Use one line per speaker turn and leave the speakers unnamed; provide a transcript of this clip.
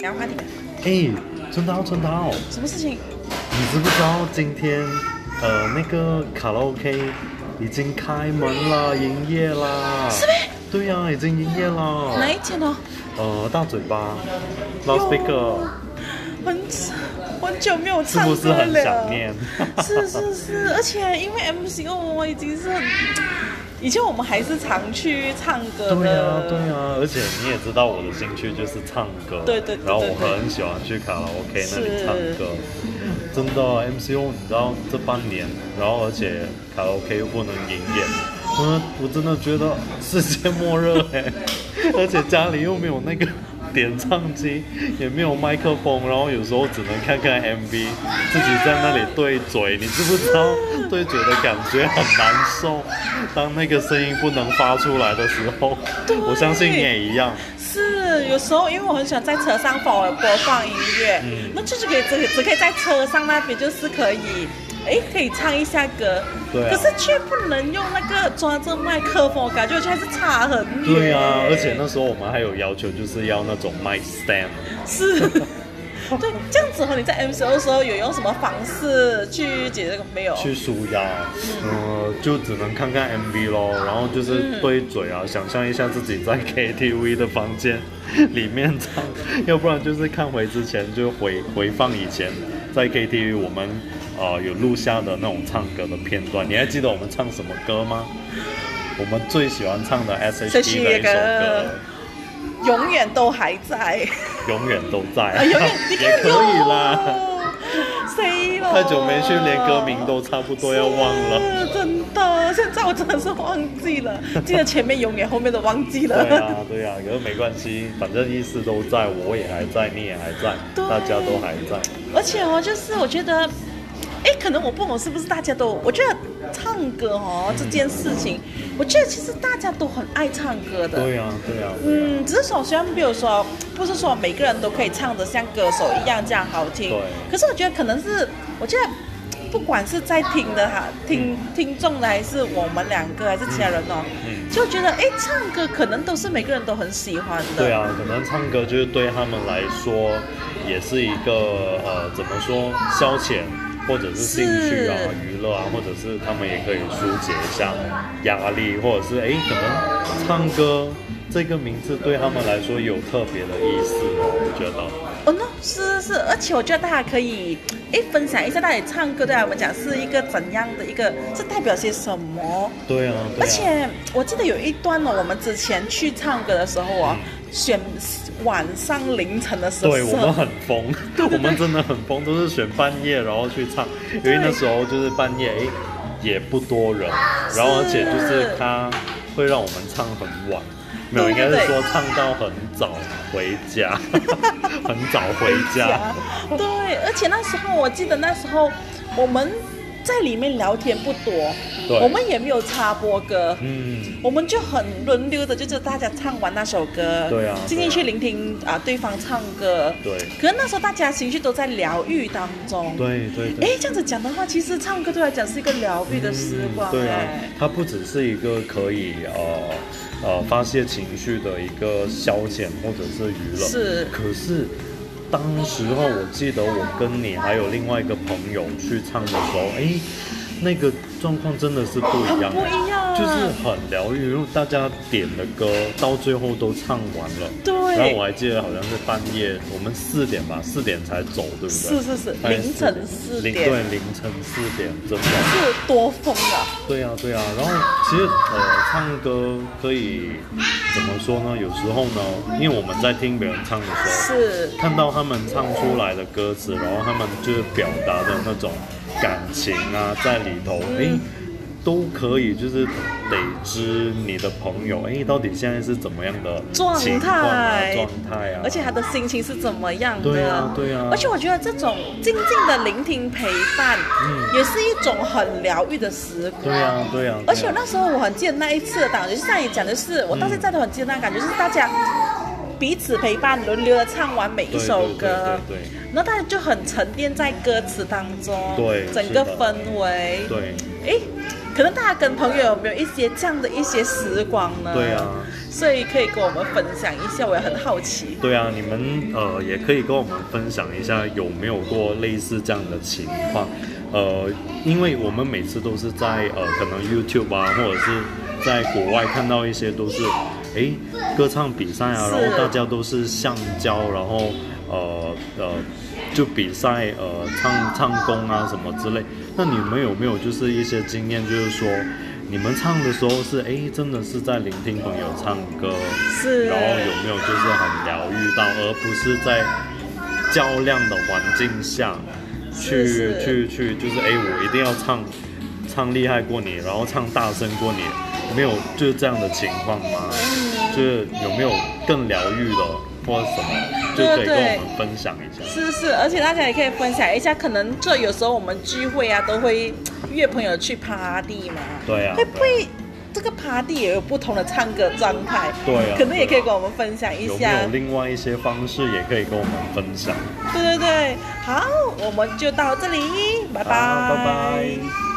聊话题。
哎，春涛，春涛，
什么事情？
你知不知道今天呃那个卡拉 OK 已经开门啦，营业啦？
是呗？
对呀、已经营业啦。
哪一天哦？
呃，大嘴巴，Loud Speaker，
很很久没有
是
唱
不
歌
是很想
了。
念？
是是是，而且因为 MCO 我已经是很，以前我们还是常去唱歌
对呀、
的。
对啊呀、而且你也知道我的兴趣就是唱歌，
对对对
然后
对
我
对
很喜欢去卡拉 OK 那里
是
唱歌，真的 MCO 你知道这半年，然后而且卡拉 OK 又不能营业，我真的我真的觉得世界末日哎、 而且家里又没有那个点唱机，也没有麦克风，然后有时候只能看看 MV，自己在那里对嘴，你知不知道对嘴的感觉很难受？当那个声音不能发出来的时候，我相信你也一样。
是，有时候因为我很喜欢在车上播播放音乐，
嗯
那就是可以只只可以在车上那边就是可以，哎，可以唱一下歌，
对啊
可是却不能用那个抓着麦克风，我感觉还是差很远。
对啊，而且那时候我们还有要求，就是要那种 mic stand。
是， 对，这样子和你在 MCO 的时候有用什么方式去解决这个没有？
去舒压，呃，就只能看看 MV 咯，然后就是对嘴啊，想象一下自己在 KTV 的房间里面唱，要不然就是看回之前就回回放以前在 KTV 我们呃有录下的那种唱歌的片段，你还记得我们唱什么歌吗？我们最喜欢唱的 S.H.E 的一首歌，
永远都还在，
永远都在，
啊，永远你看
也可以啦。，
谁了？
太久没去，连歌名都差不多要忘了。
是，真的，现在我真的是忘记了，记得前面永远，后面都忘记了。
对啊，对啊，可是没关系，反正意思都在，我也还在，你也还在，
对
大家都还在。
而且哦，就是我觉得，哎，可能我不懂是不是大家都，我觉得唱歌哦这件事情，我觉得其实大家都很爱唱歌的。
对啊，对啊，对啊，
嗯，只是说虽然比如说，不是说每个人都可以唱得像歌手一样这样好听
对，
可是我觉得可能是，我觉得不管是在听的哈，
嗯
听、听众的还是我们两个还是其他人哦，
嗯
就觉得哎，诶唱歌可能都是每个人都很喜欢的。
对，啊，可能唱歌就是对他们来说，也是一个呃，怎么说，消遣。或者是兴趣啊、
是
娱乐啊，或者是他们也可以疏解一下压力，或者是哎，可能唱歌这个名字对他们来说有特别的意思哦，我觉得。
哦、那是是，而且我觉得大家可以哎分享一下，到底唱歌对我们讲是一个怎样的一个，是代表些什么？
对啊，对啊。
而且我记得有一段哦，我们之前去唱歌的时候啊，选晚上凌晨的时候，
对我们很疯，我们真的很疯，都是选半夜然后去唱，因为那时候就是半夜，诶也不多人，然后而且就是它会让我们唱很晚，没有，
对
应该是
对对
说唱到很早回家，很早回家，
对，而且那时候我记得那时候我们在里面聊天不多，
对
我们也没有插播歌。
嗯，
我们就很轮流的，就是大家唱完那首歌，
对啊
静静去
对啊
聆听啊对方唱歌。
对
可是那时候大家情绪都在疗愈当中。。
对对对。
哎，这样子讲的话，其实唱歌对我来讲是一个疗愈的时光。
对啊
哎，
它不只是一个可以呃呃发泄情绪的一个消遣或者是娱乐，
是
可是当时候我记得我跟你还有另外一个朋友去唱的时候，诶，那个状况真的是不一
很哦
样，欸
不一样啊
就是很疗愈，因为大家点的歌到最后都唱完了。
对。
然后我还记得好像是半夜，我们四点吧，四点才走，对不对？
是是是
大概
凌晨四
凌
点
对，凌晨四点，真的。
是多疯啊！
对呀、对呀、然后其实呃，唱歌可以怎么说呢？有时候呢，因为我们在听别人唱的时候，
是
看到他们唱出来的歌词，然后他们就是表达的那种感情啊，在里头，诶，都可以就是得知你的朋友，诶，到底现在是怎么样的
状
情况啊
态
状态啊，
而且他的心情是怎么样的？
对啊对啊
而且我觉得这种静静的聆听陪伴，
嗯
也是一种很疗愈的时光。
对呀、对啊呀、对呀
而且啊我那时候我很记得那一次的感觉，就是像你讲，的是我到现在都很记得那感觉，就是大家彼此陪伴，轮流的唱完每一
对
首
对对
歌。啊
对
然后大家就很沉淀在歌词当中，
对
整个
是的
氛围，
对对
诶，可能大家跟朋友有没有一些这样的一些时光呢？
对啊
所以可以跟我们分享一下，我也很好奇。
对啊，你们呃也可以跟我们分享一下有没有过类似这样的情况，呃，因为我们每次都是在呃可能 YouTube 啊，或者是在国外看到一些都是，诶歌唱比赛啊，
是
然后大家都是橡胶，然后呃呃就比赛呃唱唱功啊什么之类，那你们有没有就是一些经验，就是说？你们唱的时候是诶，真的是在聆听朋友唱歌，
是
然后有没有就是很疗愈到，而不是在较量的环境下去
是是
去去，就是哎，我一定要唱唱厉害过你，然后唱大声过你，没有就是这样的情况吗？
嗯
就是有没有更疗愈的或者什么，就
对
可以跟
对
我们分享一下。
是是，而且大家也可以分享一下，可能这有时候我们聚会啊，都会约朋友去 party 嘛。
对啊
会哎不会这个 party 也有不同的唱歌状态？
对啊
可能也可
对
以
啊
跟我们分享一
有没
下。
有另外一些方式也可以跟我们分享？
对对对，好，我们就到这里，拜拜，
好，拜拜。